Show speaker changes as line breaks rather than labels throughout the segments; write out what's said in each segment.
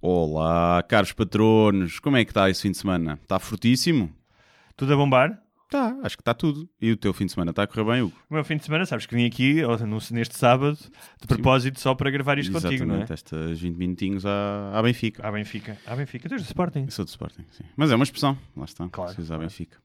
Olá, caros patronos, como é que está esse fim de semana? Está fortíssimo?
Tudo a bombar?
Está, acho que está tudo. E o teu fim de semana está a correr bem, Hugo?
O meu fim de semana, sabes que vim aqui ou no- neste sábado de propósito só para gravar isto contigo, não é?
Exatamente, estas 20 minutinhos à, à Benfica.
À Benfica. À Benfica. Tu és do Sporting.
Eu sou do Sporting, sim. Mas é uma expressão, lá está.
Claro,
Preciso à
claro.
Benfica.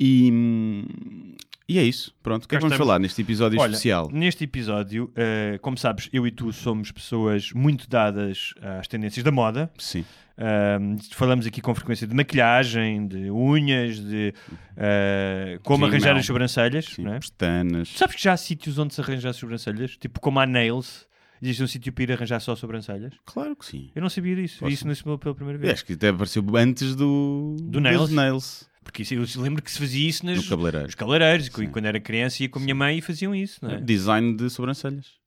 E, hum, e é isso, pronto. O que é que
Cá
vamos
estamos.
falar neste episódio
Olha,
especial?
Neste episódio, eh, como sabes, eu e tu somos pessoas muito dadas às tendências da moda.
Sim,
Ahm, falamos aqui com frequência de maquilhagem, de unhas, de eh, como
Sim,
arranjar
não.
as sobrancelhas.
sim,
não é?
pestanas.
Tu sabes que já há sítios onde se arranja as sobrancelhas? Tipo como há nails. Existe um sítio para ir arranjar só sobrancelhas?
Claro que sim.
Eu não sabia disso.
Posso-
Vi isso nesse- pela primeira
Eu
vez.
Acho que até apareceu antes do...
Do Nails?
dos Nails,
Porque isso, eu lembro que se fazia isso nas,
no cabeleireiro.
nos cabeleireiros. que
Sim.
Quando era criança ia com a minha mãe e faziam isso, não é?
Design de sobrancelhas.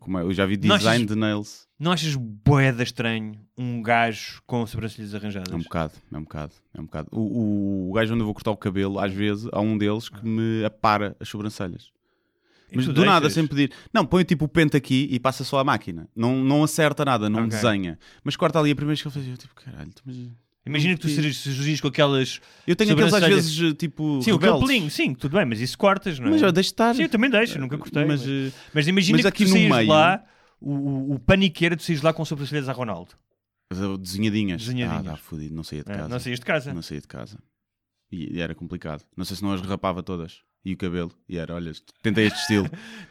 Como é? Eu já vi
Não
design
achas-
de Nails.
Não achas boeda estranho um gajo com sobrancelhas arranjadas?
É um bocado, é um bocado, é um bocado. O, o gajo onde eu vou cortar o cabelo, às vezes, há um deles que me apara as sobrancelhas.
E
Mas
tu
do nada,
deixas?
sem pedir. Não, põe tipo o pente aqui e passa só a máquina. Não, não acerta nada, não
Ok.
desenha. Mas corta ali a primeira vez que ele fez. Eu tipo, caralho, tu- mas...
Imagina que tu sejas surgis com aquelas.
Eu tenho aqueles às
Sobrancelhas.
vezes, eh, tipo,
Sim, o
rebeldes.
capelinho, sim, tudo bem, mas isso cortas, não é?
Mas eu deixo de estar.
Sim, eu também deixo, nunca cortei.
Mas,
Mas,
eh,
mas imagina
mas
que
aqui
tu
no
saís
meio-
lá, o, o, o paniqueiro, tu saís lá com sobrancelhas a Ronaldo.
eh, desenhadinhas.
Desenhadinhas.
Ah, dá fodido, não saía de
não é?
casa.
Não saís de casa.
Não saía de casa. E, e era complicado. Não sei se não as rapava todas. E o cabelo. E era, olha, tentei este estilo.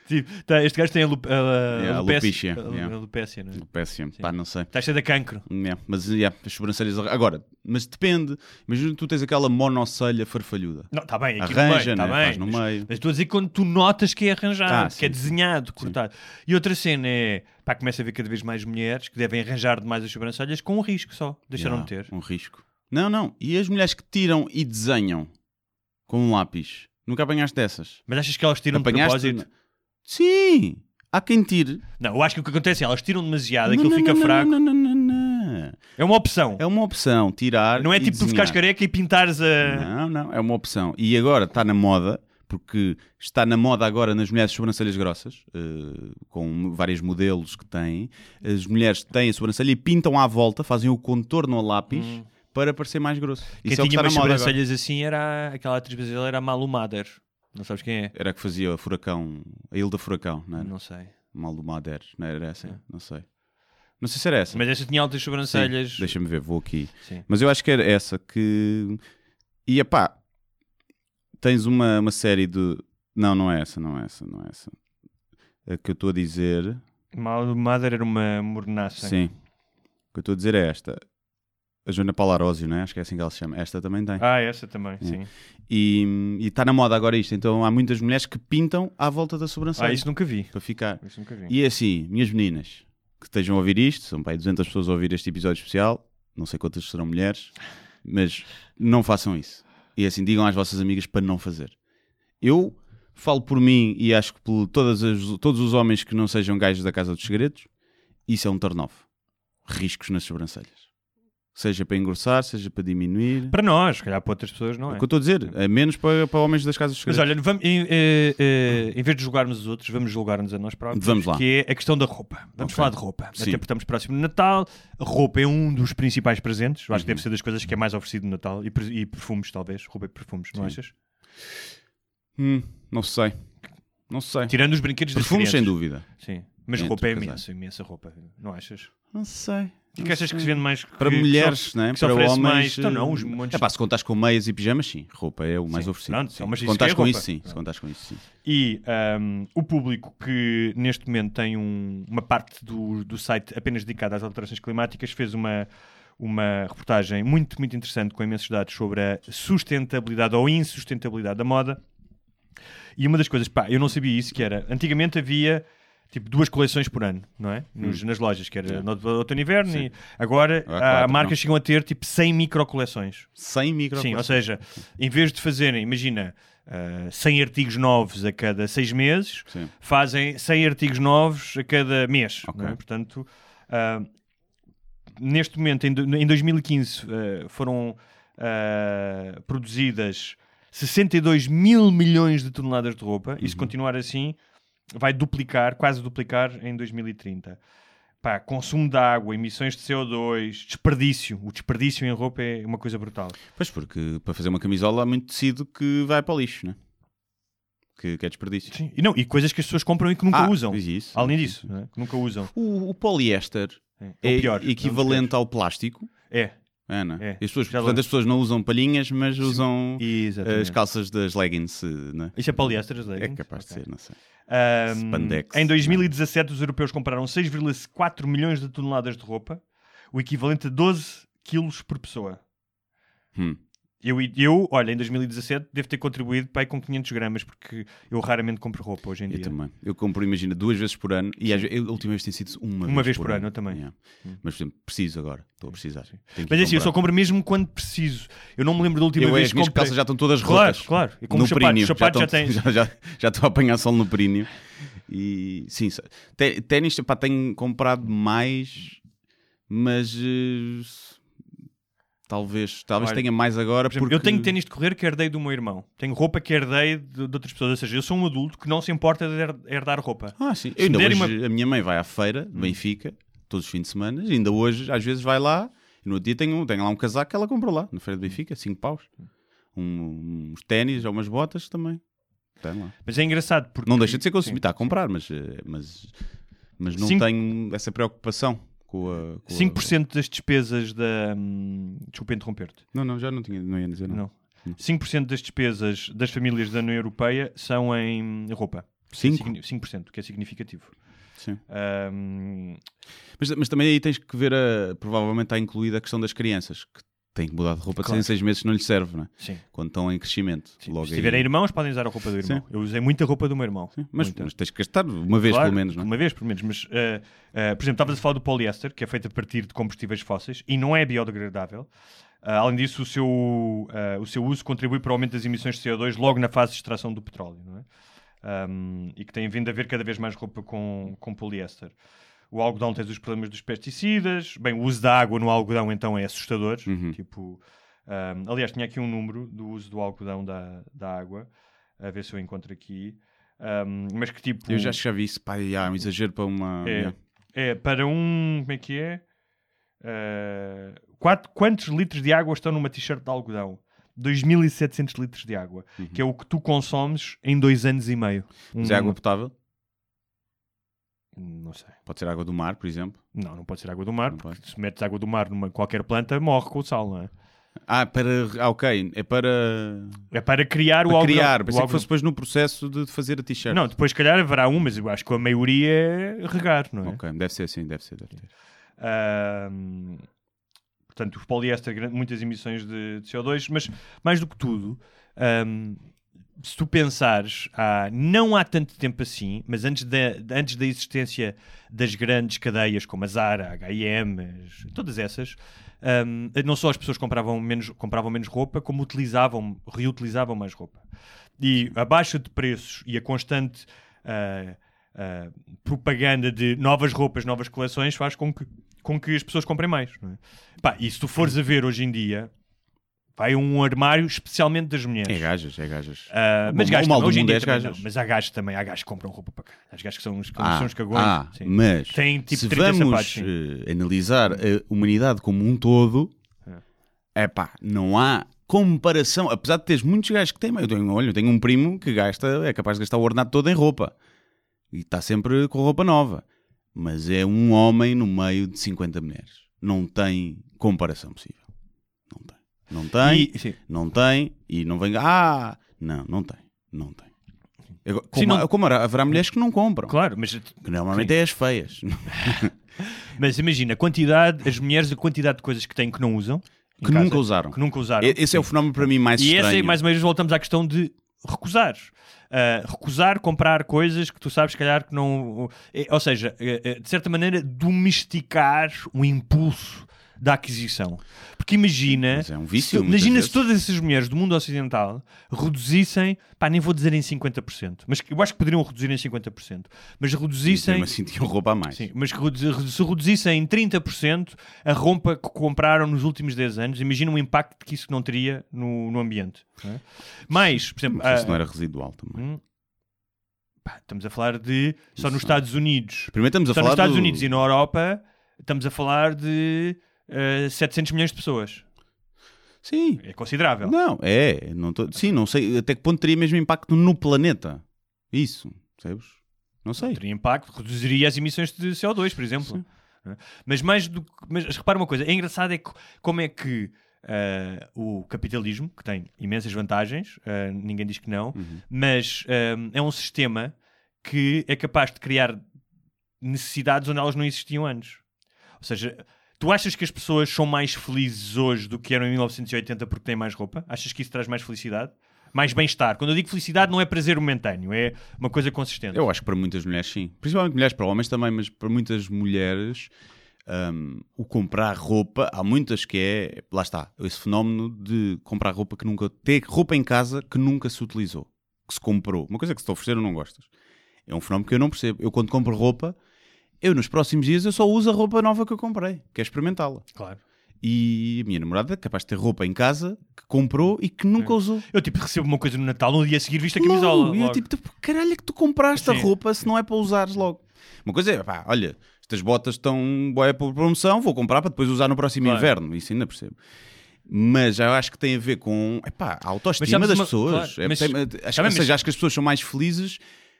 Tipo, tá, este gajo tem a, lup, a,
Yeah,
a
É, a
lupécia.
lupícia,
a-
yeah.
a lupécia, não é?
Péssimo. Pá, não sei.
Estás cheio de cancro.
É, mas é, as sobrancelhas. Agora, mas depende. Imagina que tu tens aquela monocelha farfalhuda.
Não, está bem, aqui
Arranja,
no meio, tá
né?
bem.
Faz no
mas,
meio.
mas estou a dizer quando tu notas que é arranjado,
Ah,
que é
sim,
desenhado, cortado. E outra cena é, pá, começa a ver cada vez mais mulheres que devem arranjar demais as sobrancelhas com um risco só. Deixaram de
Yeah,
ter.
Um risco. Não, não. E as mulheres que tiram e desenham com um lápis? Nunca apanhaste dessas?
Mas achas que elas tiram
apanhaste?
de um propósito?
Sim! Há quem tire.
Não, eu acho que o que acontece é elas tiram demasiado,
Não,
aquilo
não,
fica
não,
fraco.
Não, não, não, não.
É uma opção.
É uma opção tirar.
Não é
e
tipo tu
desenhar.
ficares careca e pintares a.
Não, não, é uma opção. E agora está na moda, porque está na moda agora nas mulheres sobrancelhas grossas, eh, com vários modelos que têm. As mulheres têm a sobrancelha e pintam à volta, fazem o contorno a lápis para parecer mais grosso.
Quem
Isso é o que
tinha
está na
umas
moda agora.
sobrancelhas assim era aquela atriz brasileira, a Malu Mader. Não sabes quem é?
Era a que fazia a Furacão, a Ilda Furacão, não era?
Não sei.
Mal do Mader, não era essa? Não sei. Não sei se era essa.
Mas essa tinha altas sobrancelhas.
Sim, Deixa-me ver, vou aqui.
Sim.
Mas eu acho que era essa que. E pá, tens uma, uma série de. Não, não é essa, não é essa, não é essa. A que eu estou a dizer.
Malu Mader era uma mornaça.
Sim. O que eu estou a dizer é esta. A Joana Palarósio, não é? Acho que é assim que ela se chama. Esta também tem.
Ah, essa também, sim.
E e está na moda agora isto. Então há muitas mulheres que pintam à volta da sobrancelha
Ah, isso nunca vi.
para ficar.
Isso nunca vi.
E é assim, minhas meninas que estejam a ouvir isto, são para aí 200 pessoas a ouvir este episódio especial, não sei quantas serão mulheres, mas não façam isso. E é assim, digam às vossas amigas para não fazer. Eu falo por mim e acho que por todas as- todos os homens que não sejam gajos da Casa dos Segredos, isso é um turn off. Riscos nas sobrancelhas. Seja para engrossar, seja para diminuir.
Para nós, se calhar para outras pessoas não
É
é.
o que eu estou a dizer, é menos para, para homens das Casas dos
Mas
Segredos.
olha, vamos, em, eh, eh, em vez de julgarmos os outros, vamos julgar-nos a nós próprios.
Vamos lá.
Que é a questão da roupa. Vamos
Ok.
falar de roupa.
Sim.
Até porque estamos próximo de Natal. A roupa é um dos principais presentes. Eu acho que
Uhum.
deve ser das coisas que é mais oferecido no Natal. E, per- e perfumes, talvez. Roupa e perfumes, não achas?
Hum, não sei. Não sei.
Tirando os brinquedos das
Perfumes, sem
crianças.
dúvida.
Sim. Mas
Entre
roupa é
casais.
imensa, imensa roupa. Não achas?
Não sei.
O que achas que se vende mais? que-
Para
que
mulheres,
só-
né?
que se
para
oferece
homens.
mais? Então não,
eh,
os montes
É pá, se contares com meias e pijamas, sim. Roupa é o mais
Sim.
oferecido.
Pronto,
sim.
mas
se
isso
contares
é
com
roupa.
isso, sim. Se
Pronto.
contares com isso, sim.
E ahm, o público que neste momento tem um- uma parte do, do site apenas dedicada às alterações climáticas fez uma, uma reportagem muito, muito interessante com imensos dados sobre a sustentabilidade ou insustentabilidade da moda. E uma das coisas, pá, eu não sabia isso, que era, antigamente havia tipo duas coleções por ano, não é? Nos- Nas lojas, que era no outono e inverno, e
Hum. Agora
agora há
quatro,
marcas
não?
que chegam a ter tipo 100 micro coleções.
Sem micro.
Sim, ou seja, em vez de fazerem, imagina, ah, 100 artigos novos a cada 6 meses,
Sim.
fazem 100 artigos novos a cada mês.
Ok.
não é? Portanto, ah, neste momento, em, do- em 2015, ah, foram ah, produzidas 62 mil milhões de toneladas de roupa, e se continuar assim, vai duplicar, quase duplicar em 2030. pá, consumo de água, emissões de CO2, desperdício. O desperdício em roupa é uma coisa brutal.
Pois porque para fazer uma camisola há muito tecido que vai para o lixo, né? Que, que é desperdício.
Sim. E, não, e coisas que as pessoas compram e que nunca
Ah,
usam.
Isso.
Além disso, não é? que nunca usam.
O, o poliéster
É,
é,
o pior.
equivalente ao plástico.
É,
É, não é?
É.
E As pessoas,
Já
portanto,
lá-
as pessoas não usam palhinhas, mas usam
exatamente.
as calças das leggings, eh, não é?
Isso é poliéster, as
É
leggings?
capaz de
Ok.
ser, não sei.
Ahm,
Spandex.
em 2017, os europeus compraram 6,4 milhões de toneladas de roupa, o equivalente a 12 quilos por pessoa.
Hum.
Eu, eu, olha, em 2017 devo ter contribuído para aí com 500 gramas, porque eu raramente compro roupa hoje em
Eu
dia.
também. Eu compro, imagina, duas vezes por ano e às vezes, a última vez tem sido uma,
Uma vez por ano, eu também.
Yeah.
Hum.
Mas, por exemplo, preciso agora. Estou a precisar. Tenho que ir
Mas é assim, eu
comprar.
só compro mesmo quando preciso. Eu não me lembro da última
Eu, é
vez
as
que
minhas
comprei.
calças já estão todas
Claro,
rotas.
claro. E como
no
os sapatos,
períneo.
os sapatos já,
estão-
têm.
já, já, já estou a apanhar sol no períneo. E sim, só- té- ténis, pá, tenho comprado mais, mas eh, talvez, talvez
Olha,
tenha mais agora.
Por exemplo,
porque...
Eu tenho ténis de correr que herdei do meu irmão. Tenho roupa que herdei de, de outras pessoas. Ou seja, eu sou um adulto que não se importa de her- herdar roupa.
Ah, sim.
Se
ainda
me
hoje,
derem
A minha mãe vai à feira, de Benfica, todos os fins de semana, e ainda hoje, às vezes, vai lá. E no outro dia tem, um, tem lá um casaco que ela comprou lá, na feira de Benfica, 5 paus. Um- uns ténis ou umas botas também. Tem lá.
Mas é engraçado porque.
Não deixa de ser consumido,
Sim.
está a comprar, mas, eh, mas, mas não
Cinco-
tenho essa preocupação com a. Com a-
5% das despesas da. hum, Desculpa interromper-te.
Não, não, já não, tinha, não ia dizer, não.
Não. 5% das despesas das famílias da União Europeia são em roupa.
5?
Signi- 5%, que é significativo.
Sim.
Hum,
Mas, mas também aí tens que ver, a, provavelmente está incluída a questão das crianças, que têm que mudar de roupa, sem
Claro.
6 meses não lhes serve, não é?
sim.
Quando estão em crescimento.
Sim.
Logo
Se
aí-
tiverem irmãos, podem usar a roupa do irmão.
Sim.
Eu usei muita roupa do meu irmão.
Sim, mas,
Muita.
mas tens que gastar uma vez,
Claro,
pelo menos, não é?
Uma vez, pelo menos. Mas, ah, ah, por exemplo, estavas a falar do poliéster, que é feito a partir de combustíveis fósseis e não é biodegradável. Ah, além disso, o seu, ah, o seu uso contribui para o aumento das emissões de CO2 logo na fase de extração do petróleo, não é? Ahm, e que tem vindo a ver cada vez mais roupa com, com poliéster. O algodão tens os problemas dos pesticidas. Bem, o uso da água no algodão, então, é assustador.
Uhum.
Tipo, ahm, aliás, tinha aqui um número do uso do algodão da, da água. A ver se eu encontro aqui. Ahm, mas que tipo...
Eu já, acho que já vi isso, pá, e há um exagero para uma.
É,
Yeah.
é para um. Como é que é? Eh, quatro- quantos litros de água estão numa t-shirt de algodão? 2.700 litros de água, que é o que tu consomes em dois anos e meio.
Uhum. Mas
Um-
é água potável?
Não sei.
Pode ser água do mar, por exemplo.
Não, não pode ser água do mar,
Não
porque se metes água do mar numa qualquer planta, morre com o sal, não é?
Ah, para. Ah, ok. É para.
É para criar o
para
algodão.
criar.
o
Pensei que
algodão.
fosse depois no processo de fazer a t-shirt.
Não, depois se calhar haverá um, mas eu acho que a maioria é regar, não é?
Ok, deve ser assim, deve ser. Deve ter.
Ahm, portanto, o poliéster, gran- muitas emissões de, de CO2, mas mais do que tudo, ahm, se tu pensares, há, não há tanto tempo assim, mas antes da, da- antes da existência das grandes cadeias como a Zara, a H&M, as- todas essas, ahm, não só as pessoas compravam menos, compravam menos roupa, como utilizavam, reutilizavam mais roupa. E a baixa de preços e a constante ah, ah, propaganda de novas roupas, novas coleções, faz com que, com que as pessoas comprem mais. não é? Pá, e se tu fores a ver hoje em dia, vai a um armário especialmente das mulheres.
É gajas, é gajas.
Ah, mas
Bom,
gajos
o mal
também,
do
hoje em
mundo
dia
é as
também não.
gajas.
Mas há gajos também, há gajos que compram roupa para cá. Há gajos que são uns, são uns cagões.
ah,
sim.
mas
Têm, tipo,
se
30
vamos
sapatos, sim.
eh, analisar a humanidade como um todo, é pá, não há comparação. Apesar de teres muitos gajos que têm, eu tenho, olha, eu tenho um primo que gasta, é capaz de gastar o ordenado todo em roupa e está sempre com roupa nova, mas é um homem no meio de 50 mulheres, não tem comparação possível, não tem, não tem,
E- sim.
não tem e não vem, ah, não, não tem, não tem. Agora, Como,
não-
como haverá- haverá mulheres que não compram.
Claro, mas,
Que normalmente é as feias.
mas imagina a quantidade, as mulheres, a quantidade de coisas que têm que não usam, em
Que
casa,
nunca usaram.
que nunca usaram.
E- Esse é o fenómeno para mim mais
E
estranho.
essa, é, mais uma vez, voltamos à questão de recusar. Uh, recusar comprar coisas que tu sabes, se calhar, que não. eh, Ou seja, eh, eh, de certa maneira, domesticar o impulso da aquisição. Porque imagina.
Mas é um vício,
se-
muitas
imagina
vezes.
se todas essas mulheres do mundo ocidental reduzissem. Pá, nem vou dizer em 50%, mas eu acho que poderiam reduzir em 50%. Mas reduzissem.
Mesmo assim tinham roupa a mais.
Sim, mas que reduzi- se reduzissem em 30% a roupa que compraram nos últimos 10 anos, imagina o impacto que isso não teria no, no ambiente. não é? Mas, por exemplo,
Mas isso
ah,
não era residual também.
hum, Pá, estamos a falar de. Só nos
Isso.
Estados Unidos.
Primeiro estamos a
Só nos
falar
Estados
do-
Unidos e na Europa, estamos a falar de eh, 700 milhões de pessoas.
Sim.
É considerável.
Não, é. Não tô... Sim, não sei até que ponto teria mesmo impacto no planeta. Isso, percebes? Não sei.
Teria impacto, reduziria as emissões de CO2, por exemplo.
Sim.
Né? Mas mais do que. Mas repara uma coisa, é engraçado é que, como é que ah, o capitalismo, que tem imensas vantagens, ah, ninguém diz que não,
Uhum.
mas ah, é um sistema que é capaz de criar necessidades onde elas não existiam antes. Ou seja, tu achas que as pessoas são mais felizes hoje do que eram em 1980 porque têm mais roupa? Achas que isso traz mais felicidade? Mais bem-estar. Quando eu digo felicidade, não é prazer momentâneo, é uma coisa consistente.
Eu acho que para muitas mulheres, sim. Principalmente mulheres, para homens também, mas para muitas mulheres, hum, o comprar roupa, há muitas que é, lá está, esse fenómeno de comprar roupa que nunca, ter roupa em casa que nunca se utilizou, que se comprou. Uma coisa que se te ofereceram não gostas. É um fenómeno que eu não percebo. Eu quando compro roupa, eu nos próximos dias eu só uso a roupa nova que eu comprei, quero experimentá-la.
Claro.
E a minha namorada é capaz de ter roupa em casa que comprou e que nunca usou.
Eu tipo recebo uma coisa no Natal, no dia a seguir viste a
Não,
camisola.
e eu
logo.
tipo, tipo, caralho, é que tu compraste a
Sim.
roupa se não é para usares logo. Uma coisa é, pá, olha, estas botas estão boa por promoção, vou comprar para depois usar no próximo
Claro.
inverno. Isso ainda percebo. Mas eu acho que tem a ver com epá, a autoestima
sabes
das
uma-
pessoas.
claro,
É,
mas-
tem- acho,
tá bem,
ou
mas-
seja, acho que as pessoas são mais felizes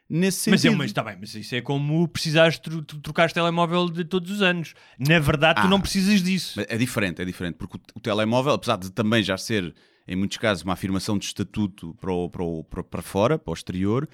nesse
mas, é,
sentido.
mas, tá bem, mas isso é como precisares tru- tru- trocar este telemóvel de todos os anos. Na verdade, tu
Ah.
não precisas disso.
Mas É diferente, é diferente, porque o, o telemóvel, apesar de também já ser, em muitos casos, uma afirmação de estatuto para, o- para, o- para, para fora, para o exterior,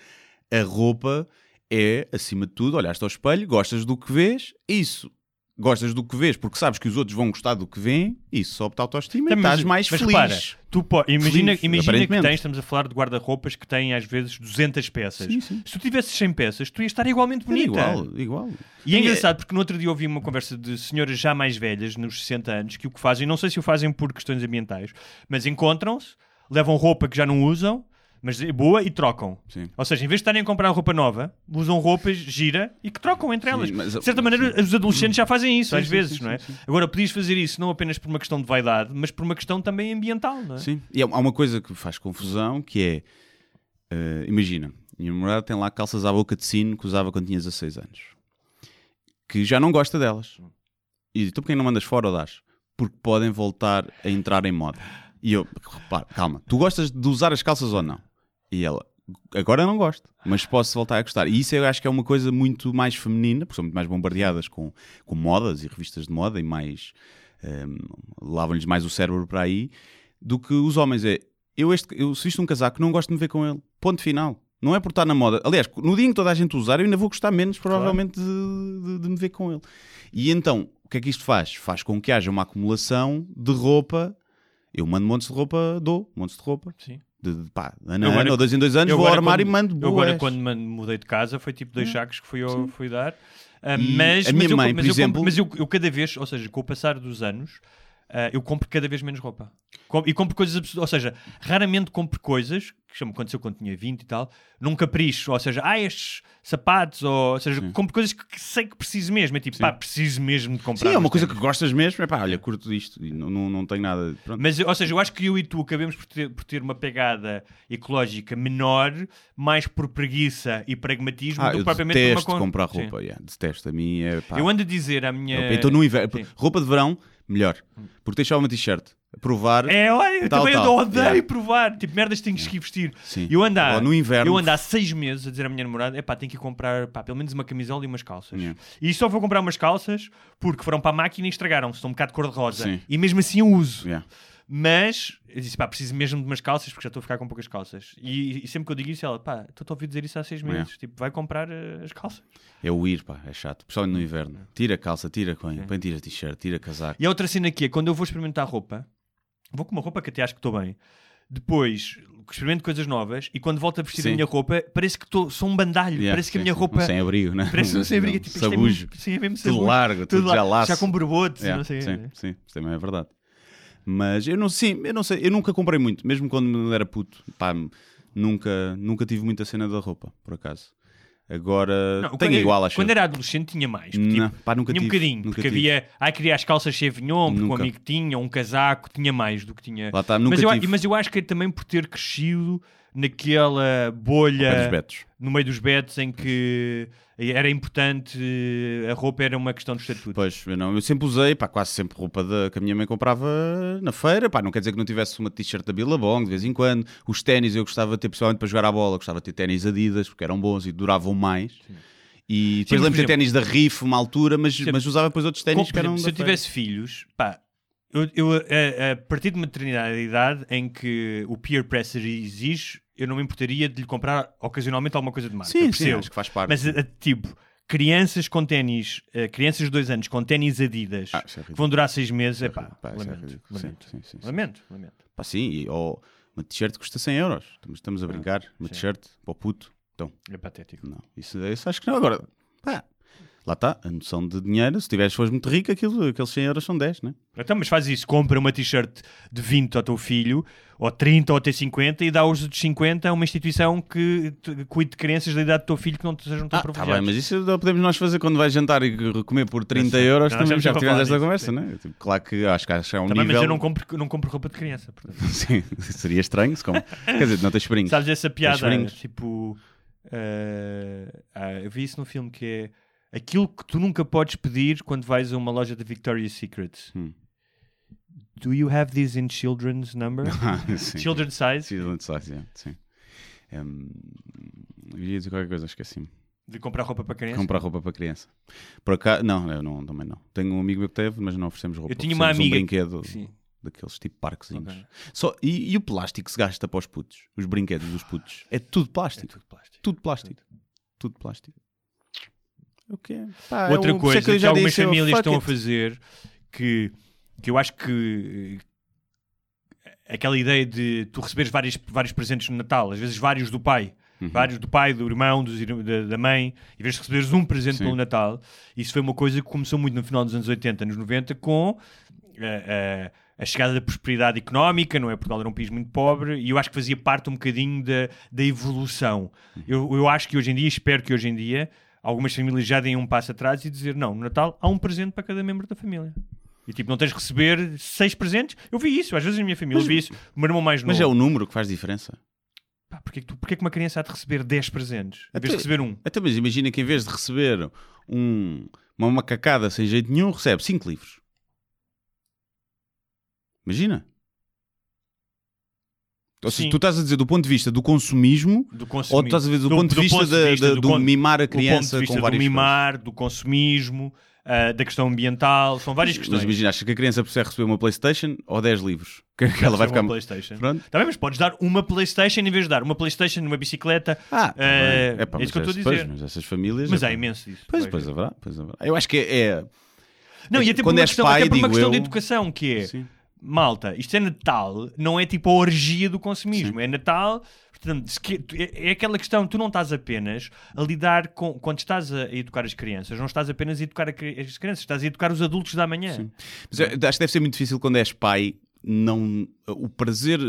a roupa é, acima de tudo, olhaste ao espelho, gostas do que vês, isso. Gostas do que vês porque sabes que os outros vão gostar do que vêem, isso sobe-te a autoestima e
Também, Tá, mas-
estás mais
mas
feliz.
repara, tu po- imagina,
Feliz,
imagina que
aparentemente.
tens, estamos a falar de guarda-roupas que têm às vezes 200 peças.
Sim, sim.
Se tu tivesses 100 peças, tu ias estar igualmente
É
bonita.
igual, igual.
E é engraçado porque no outro dia ouvi uma conversa de senhoras já mais velhas, nos 60 anos, que o que fazem, não sei se o fazem por questões ambientais, mas encontram-se, levam roupa que já não usam, mas é boa, e trocam.
Sim.
Ou seja, em vez de estarem a comprar roupa nova, usam roupas gira e que trocam entre
Sim,
elas.
mas-
de certa maneira, os adolescentes já fazem isso
Sim,
às
sim,
vezes,
sim,
não é?
sim, sim.
Agora, podias fazer isso não apenas por uma questão de vaidade, mas por uma questão também ambiental, não é?
Sim. E há há uma coisa que faz confusão que é. eh, imagina, minha namorada tem lá calças à boca de sino que usava quando tinha 16 anos. Que já não gosta delas. E tu porquê não mandas fora ou dás? Porque podem voltar a entrar em moda. E eu, repara, calma, tu gostas de usar as calças ou não? E ela, agora não gosto, mas posso voltar a gostar. E isso eu acho que é uma coisa muito mais feminina, porque são muito mais bombardeadas com, com modas e revistas de moda e mais. ehm, lavam-lhes mais o cérebro para aí do que os homens. É eu, este, eu se visto um casaco, não gosto de me ver com ele. Ponto final. Não é por estar na moda. Aliás, no dia em que toda a gente usar, eu ainda vou gostar menos, provavelmente, de, de- de me ver com ele. E então, o que é que isto faz? Faz com que haja uma acumulação de roupa. Eu mando montes de roupa, dou montes de roupa.
Sim.
De, de, pá, ano, a
Eu agora-
ano ou dois em dois anos,
eu
vou ao
agora
armário
quando-
e mando
Eu agora,
bués.
quando me mudei de casa, foi tipo dois sacos que fui, ao, fui dar. Ah,
E
mas,
a minha
mas eu-
mãe, por
mas eu, compro-
exemplo-
mas eu, eu cada vez, ou seja, com o passar dos anos, ah, eu compro cada vez menos roupa. Com- e compro coisas absurdas. Ou seja, raramente compro coisas, que chama aconteceu quando tinha 20 e tal, num capricho. Ou seja, ah, estes sapatos, ou, ou seja, compro coisas que, que sei que preciso mesmo. É tipo, pá, preciso mesmo de comprar.
Sim, é uma
mas
coisa
tenho.
que gostas mesmo. É pá, olha, curto isto. E não, não, não tenho nada. Pronto.
Mas, ou seja, eu acho que eu e tu acabamos por ter, por ter uma pegada ecológica menor, mais por preguiça e pragmatismo
ah,
do que
eu
propriamente por
detesto
uma con-
comprar
Sim.
roupa. Yeah, detesto. A mim é pá.
Eu ando a dizer à minha.
Eu- Então no inverno,
Sim. Hum.
roupa de verão, melhor. Porque tens só uma t-shirt. Provar.
É, olha, eu
Tal,
também
tal.
odeio
Yeah.
provar. Tipo, merdas que tens que vestir.
Sim.
Eu ando, há,
Ou no inverno.
eu ando há seis meses a dizer à minha namorada: é pá, tenho que ir comprar pá, pelo menos uma camisola e umas calças.
Yeah.
E só vou comprar umas calças porque foram para a máquina e estragaram-se, estão um bocado de cor-de-rosa.
Sim.
E mesmo assim eu uso.
Yeah.
Mas eu disse, pá, preciso mesmo de umas calças porque já estou a ficar com poucas calças. E, e sempre que eu digo isso, ela, pá, estou a ouvir dizer isso há seis meses. Tipo, vai comprar eh, as calças.
É o ir, pá, é chato. Principalmente no
Hum.
inverno. Tira a calça, tira a coinha, põe, tira a t-shirt, tira casaco.
E a outra cena aqui é quando eu vou experimentar roupa, vou com uma roupa que até acho que estou bem. Depois experimento coisas novas e quando volto a vestir a
Sim.
minha roupa, parece que estou sou um bandalho.
Yeah,
parece que a
sim,
minha
sim.
roupa.
Um sem abrigo, né?
Parece um sem abrigo. Tipo, isto é mesmo-
sabujo.
sim, é mesmo
Tudo
sabujo.
largo, tudo, já laço.
Já com borbotes, e
Yeah,
não sei. né?
sim, sim, isso também é verdade. Mas eu não, sim, eu não sei, eu nunca comprei muito, mesmo quando era puto, pá, nunca, nunca tive muita cena da roupa, por acaso. Agora
Não,
tenho
quando-
igual, acho.
Quando
eu.
era adolescente tinha mais. porque,
Não,
tipo,
pá, nunca
tinha um
tive,
bocadinho,
nunca
porque
tive.
havia. Ai, queria as calças Chevignon, porque um
Nunca.
amigo tinha, um casaco, tinha mais do que tinha.
Lá está, nunca
mas, eu, a-
tive.
mas eu acho que é também por ter crescido naquela bolha
Pé dos betos.
no meio dos betos em que era importante, eh, a roupa era uma questão de estatuto.
Pois, eu, não, eu sempre usei, pá, quase sempre roupa da, que a minha mãe comprava na feira, pá, não quer dizer que não tivesse uma t-shirt da Billabong de vez em quando, os ténis eu gostava de ter, principalmente para jogar à bola, gostava de ter ténis Adidas, porque eram bons e duravam mais, e
Sim, mas,
depois lembro de
por
ter ténis da Riff uma altura, mas,
Sim.
mas usava depois outros
Com-
ténis
por
que eram
exemplo, se
da
eu
feira.
tivesse filhos, pá, eu, eu, a, a partir de uma determinada idade em que o peer pressure exige, eu não me importaria de lhe comprar ocasionalmente alguma coisa de marca.
Sim, sim,
percebo.
Ah, acho que faz parte.
Mas, eh, tipo, crianças com ténis, eh, crianças de dois anos com ténis Adidas,
Ah, isso é
que
ridículo.
vão durar seis meses, é pá,
Pá, isso é
lamento,
ridículo. Sim,
lamento,
sim, sim, sim.
lamento, lamento.
Pá, sim, e- ou uma t-shirt custa 100 euros. Estamos, estamos a brincar. Uma
Ah, sim.
t-shirt para o puto. Então,
É patético.
não. Isso, isso acho que não. Agora, pá, lá está. A noção de dinheiro. Se tiveres, fores muito rico, aquilo, aqueles 100 euros são 10, né?
Então, mas faz isso, compra uma t-shirt de 20 ao teu filho, ou 30 ou até 50, e dá os de 50 a uma instituição que te- cuide de crianças da idade do teu filho que não te sejam tão
Ah, tá
privilegiados.
bem, mas isso podemos nós fazer quando vais jantar e comer por 30
Não,
euros.
não,
também
já
já tivemos esta
falar
conversa,
disso,
né? Tipo, claro que acho que acho que é um
Também,
nível.
Tá mas eu não compro, não compro roupa de criança. portanto.
Sim, seria estranho. se Como... Quer dizer, não tens brinco.
Sabes essa piada?
brincos.
Tipo, eh, ah, eu vi isso num filme que é aquilo que tu nunca podes pedir quando vais a uma loja da Victoria's Secret.
Hum.
Do you have these in children's number?
Ah, sim.
Children's size?
Sim, sim, sim. Hum, eu ia dizer qualquer coisa, esqueci-me.
De comprar roupa para criança?
Comprar roupa para criança. Por acaso, não, eu não, também não. Tenho um amigo meu que teve, mas não oferecemos roupa.
Eu tinha uma
Oferecemos
amiga
Um brinquedo
Sim. é
daqueles tipo parquezinhos.
Ok.
Só, e, e o plástico que se gasta para os putos? Os brinquedos dos putos? É tudo
É
plástico.
tudo plástico.
Tudo plástico. Tudo plástico. O que é? Pá, é
Outra
um- por isso é
coisa que,
eu já
algumas
disse, eu,
famílias
fuck
estão a
it.
fazer que, que eu acho que eh, aquela ideia de tu receberes vários, vários presentes no Natal, às vezes vários do pai, vários do pai, do irmão, dos irm- da, da mãe, em vez de receberes um presente
Sim.
pelo Natal, isso foi uma coisa que começou muito no final dos anos 80, anos 90, com eh, eh, a chegada da prosperidade económica, não é? Portugal era um país muito pobre e eu acho que fazia parte um bocadinho da, da evolução.
Uhum.
Eu, eu acho que hoje em dia, espero que hoje em dia, algumas famílias já deem um passo atrás e dizer: não, no Natal há um presente para cada membro da família. E tipo, não tens de receber seis presentes? Eu vi isso, às vezes na minha família, eu vi isso. O meu irmão mais novo.
Mas é o número que faz diferença.
Pá, porquê, que tu, porquê que uma criança há de receber 10 presentes em
Até-
vez de receber um?
Até mas imagina que em vez de receber um, uma macacada sem jeito nenhum, recebe 5 livros. Imagina. Ou seja,
Sim.
tu estás a dizer do ponto de vista do consumismo,
Do
ou
consumismo.
tu estás a ver do, ponto de vista, da- da- do,
ponto-
mimar a
do ponto
criança
de vista
com várias
do mimar, do consumismo, ah, da questão ambiental, são várias
coisas. Mas
questões.
imagina, achas que a criança precisa receber uma Playstation ou 10 livros? Que ela vai
Recebe
ficar...
uma PlayStation.
Pronto.
Também, mas podes dar uma PlayStation em vez de dar uma PlayStation, uma bicicleta.
Ah, tá
É,
bem. Epá,
é isso que eu
mas
estou a dizer.
pois, mas essas famílias...
Mas
epá.
há imenso disso.
Pois, pois haverá, pois haverá. Eu acho que é...
Não, e até por
Quando
uma
és
questão,
pai,
até por uma
digo
questão de
eu-
educação, que
é...
é,
Sim.
malta, isto é Natal, não é tipo a orgia do consumismo, é Natal, portanto, se que- tu- é, é aquela questão, tu não estás apenas a lidar com, quando estás a educar as crianças, não estás apenas a educar a cri- as crianças, estás a educar os adultos da manhã.
Mas eu acho que deve ser muito difícil quando és pai, não o prazer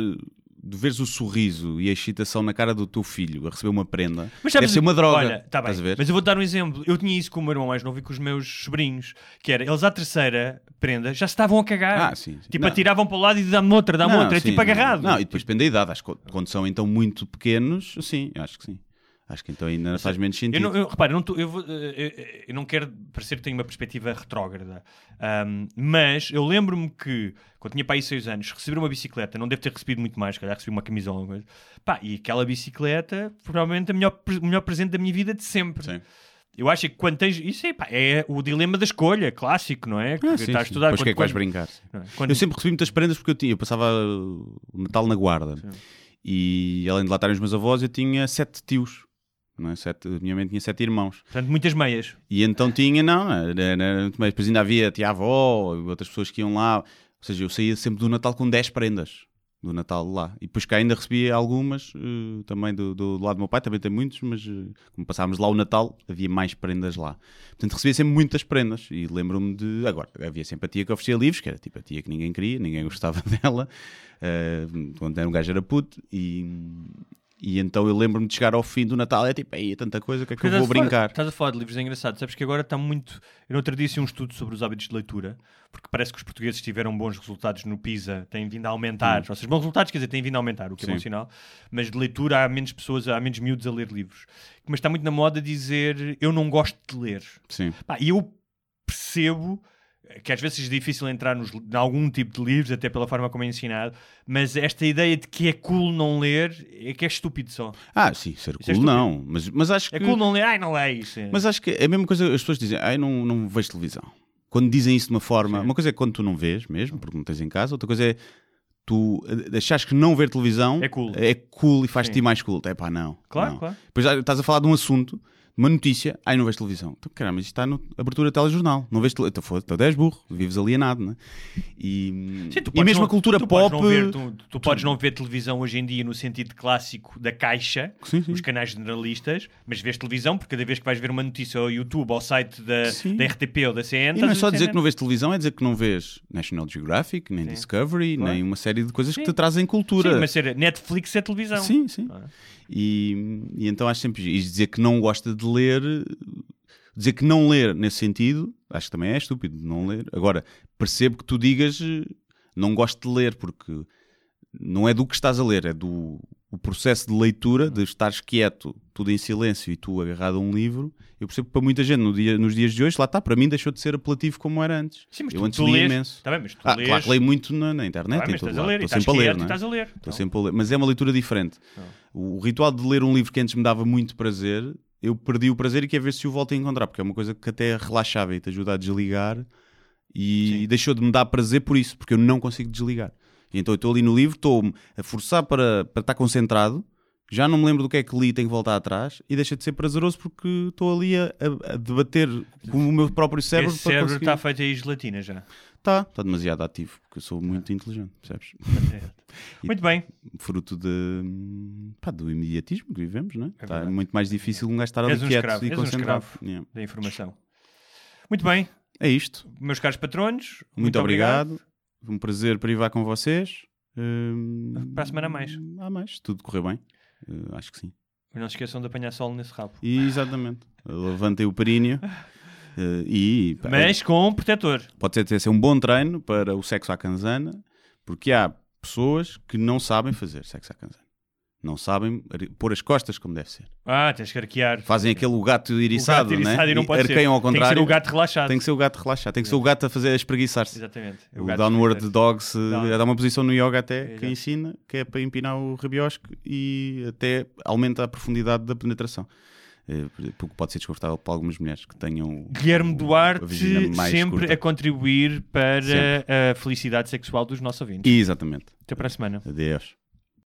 de veres o sorriso e a excitação na cara do teu filho a receber uma prenda
sabes-
deve ser uma droga.
Olha, tá bem,
Estás a ver?
Mas eu vou dar um exemplo. Eu tinha isso com o meu irmão mais novo e com os meus sobrinhos, que era, eles à terceira prenda já se estavam a cagar.
Ah, sim, sim.
Tipo,
Não.
atiravam para o lado e dá-me outra, dá-me outra. É
sim,
tipo agarrado.
Não, e depois depende da idade. Acho que quando são então muito pequenos, sim, eu acho que sim. Acho que então ainda faz menos
Eu
sentido.
não, eu, repara, eu não, tô- eu vou- eh, eh, eu não quero parecer que tenho uma perspectiva retrógrada, Ahm, mas eu lembro-me que quando tinha para aí 6 anos, receber uma bicicleta, não devo ter recebido muito mais, se calhar recebi uma camisola, alguma coisa. Pá, e aquela bicicleta, provavelmente, o melhor, pre- o melhor presente da minha vida de sempre.
Sim.
Eu acho que quando tens. Isso é, pá, é o dilema da escolha, clássico, não é? Que
Ah, sim,
estás a
sim.
estudar.
Depois o que é que
quando-
vais brincar?
não é? Quando-
Eu sempre recebi muitas prendas porque eu tinha, eu passava uh, o Natal na guarda. E além de lá estarem os meus avós, eu tinha sete tios. Não é? sete, a minha mãe tinha sete irmãos.
Portanto, muitas meias.
E então tinha, não, era- era- mas depois ainda havia tia avó, outras pessoas que iam lá. Ou seja, eu saía sempre do Natal com 10 prendas do Natal lá. E depois cá ainda recebia algumas, eh, também do, do lado do meu pai, também tem muitos, mas eh, como passámos lá o Natal, havia mais prendas lá. Portanto, recebia sempre muitas prendas. E lembro-me de. Agora, havia sempre a tia que oferecia livros, que era tipo a tia que ninguém queria, ninguém gostava dela. eh, quando era um gajo era puto. E, E então eu lembro-me de chegar ao fim do Natal, é tipo, aí é tanta coisa, o que é que eu
Estás
vou
a falar-
brincar?
Estás a falar de livros, é engraçado. Sabes que agora está muito. Eu no outro dia tinha um estudo sobre os hábitos de leitura, porque parece que os portugueses tiveram bons resultados no PISA, têm vindo a aumentar. Ou seja, bons resultados, quer dizer, têm vindo a aumentar, o que é bom
Sim.
sinal. Mas de leitura há menos pessoas, há menos miúdos a ler livros. Mas está muito na moda dizer eu não gosto de ler.
Sim,
Pá, e eu percebo que às vezes é difícil entrar nos, em algum tipo de livros, até pela forma como é ensinado, mas esta ideia de que é cool não ler é que é estúpido só.
ah, sim, ser
Isso é
cool não, mas, mas acho que
É cool não ler, ai não leias.
Mas acho que é a mesma coisa as pessoas dizem, ai, não, não vejo televisão. Quando dizem isso de uma forma, uma coisa é quando tu não vês mesmo, porque não tens em casa, outra coisa é tu eh, achares que não ver televisão
É cool.
é cool e faz-te
Sim.
mais cool. É pá, não.
Claro,
não.
claro.
Depois ah, estás a falar de um assunto, de uma notícia, ai, não vês televisão. Então, caramba, isto está na abertura de telejornal. Não vês televisão. Então, foda-te, tu és burro, vives alienado, né? E,
Sim, tu
e
podes
mesmo
não-
a cultura
tu
pop.
Podes não ver, tu, tu podes não ver televisão hoje em dia no sentido clássico da caixa,
Sim, sim.
os canais generalistas, mas vês televisão porque cada vez que vais ver uma notícia ao YouTube, ao site da,
Sim.
da RTP ou da CN,
E não é só dizer que não vês televisão, é dizer que não vês National Geographic, nem Discovery,
Claro.
nem uma série de coisas
Sim.
que te trazem cultura.
Sim, mas ser Netflix é televisão.
Sim, sim.
Ah.
E, e então acho sempre giro. E dizer que não gosta de ler, dizer que não ler nesse sentido, acho que também é estúpido de não ler. Agora, percebo que tu digas eh, não gosto de ler, porque não é do que estás a ler, é do o processo de leitura, de estares quieto, tudo em silêncio e tu agarrado a um livro. Eu percebo que para muita gente no dia- nos dias de hoje, lá está, para mim deixou de ser apelativo como era antes.
Sim, mas
eu
tu,
antes
tu
lia
lês,
imenso.
Tá bem, mas tu
Ah,
lês,
claro que leio muito na, na
tá bem,
internet, em
mas
todo
estás a
lado.
ler,
Estou
e estás
sempre a ler,
quieto,
não
e
é?
estás a ler.
Estou
Então,
sempre a ler. Mas é uma leitura diferente.
Não.
O, o ritual de ler um livro que antes me dava muito prazer, eu perdi o prazer e quero ver se o volto a encontrar, porque é uma coisa que até é relaxava e te ajuda a desligar e
Sim.
deixou de me dar prazer por isso, porque eu não consigo desligar. E então eu estou ali no livro, estou a forçar para, para estar concentrado, já não me lembro do que é que li, tenho que voltar atrás e deixa de ser prazeroso porque estou ali a, a- a debater com o meu próprio cérebro
Esse
para
cérebro tá
conseguir-
está feito aí gelatina já.
Tá, está demasiado ativo, porque eu sou
É.
muito inteligente, percebes? E-
Muito bem.
Fruto de, hum, pá, do imediatismo que vivemos, não é? Tá
verdade.
muito mais difícil um gajo estar ali
És um
quieto
escravo,
e
és um
concentrado.
escravo.
Yeah.
Da informação. Muito bem,
É isto.
meus caros patronos.
Muito, obrigado. Foi Um prazer privar com vocês. Hum,
Para a semana há mais.
Há mais, se tudo correr bem. Uh, acho que sim.
Mas não se esqueçam de apanhar sol nesse rabo.
E, exatamente. Levantem o períneo. uh, e pá,
Mas com um protetor.
pode ser, ser um bom treino para o sexo à canzana, porque há pessoas que não sabem fazer sexo à canzana. Não sabem ar- pôr as costas como deve ser.
Ah, tens que arquear.
Fazem aquele o gato
o
iriçado,
gato
né?
e não pode ser.
arqueiam ao
Tem que ser
contrário.
o gato relaxado.
Tem que ser o gato relaxado. Tem que ser o gato a fazer a espreguiçar-se.
Exatamente. É
O,
gato
downward
espreguiçar.
dog se
Down.
dá eh, é uma posição no yoga até que
Exato.
ensina, que é para empinar o rabiosque e até aumenta a profundidade da penetração. Eh, Porque pode ser desconfortável para algumas mulheres que tenham
Guilherme
o- a
Duarte
vagina mais
sempre
curta.
a contribuir para
Sempre.
a felicidade sexual dos nossos ouvintes.
Exatamente.
Até para a semana.
Adeus.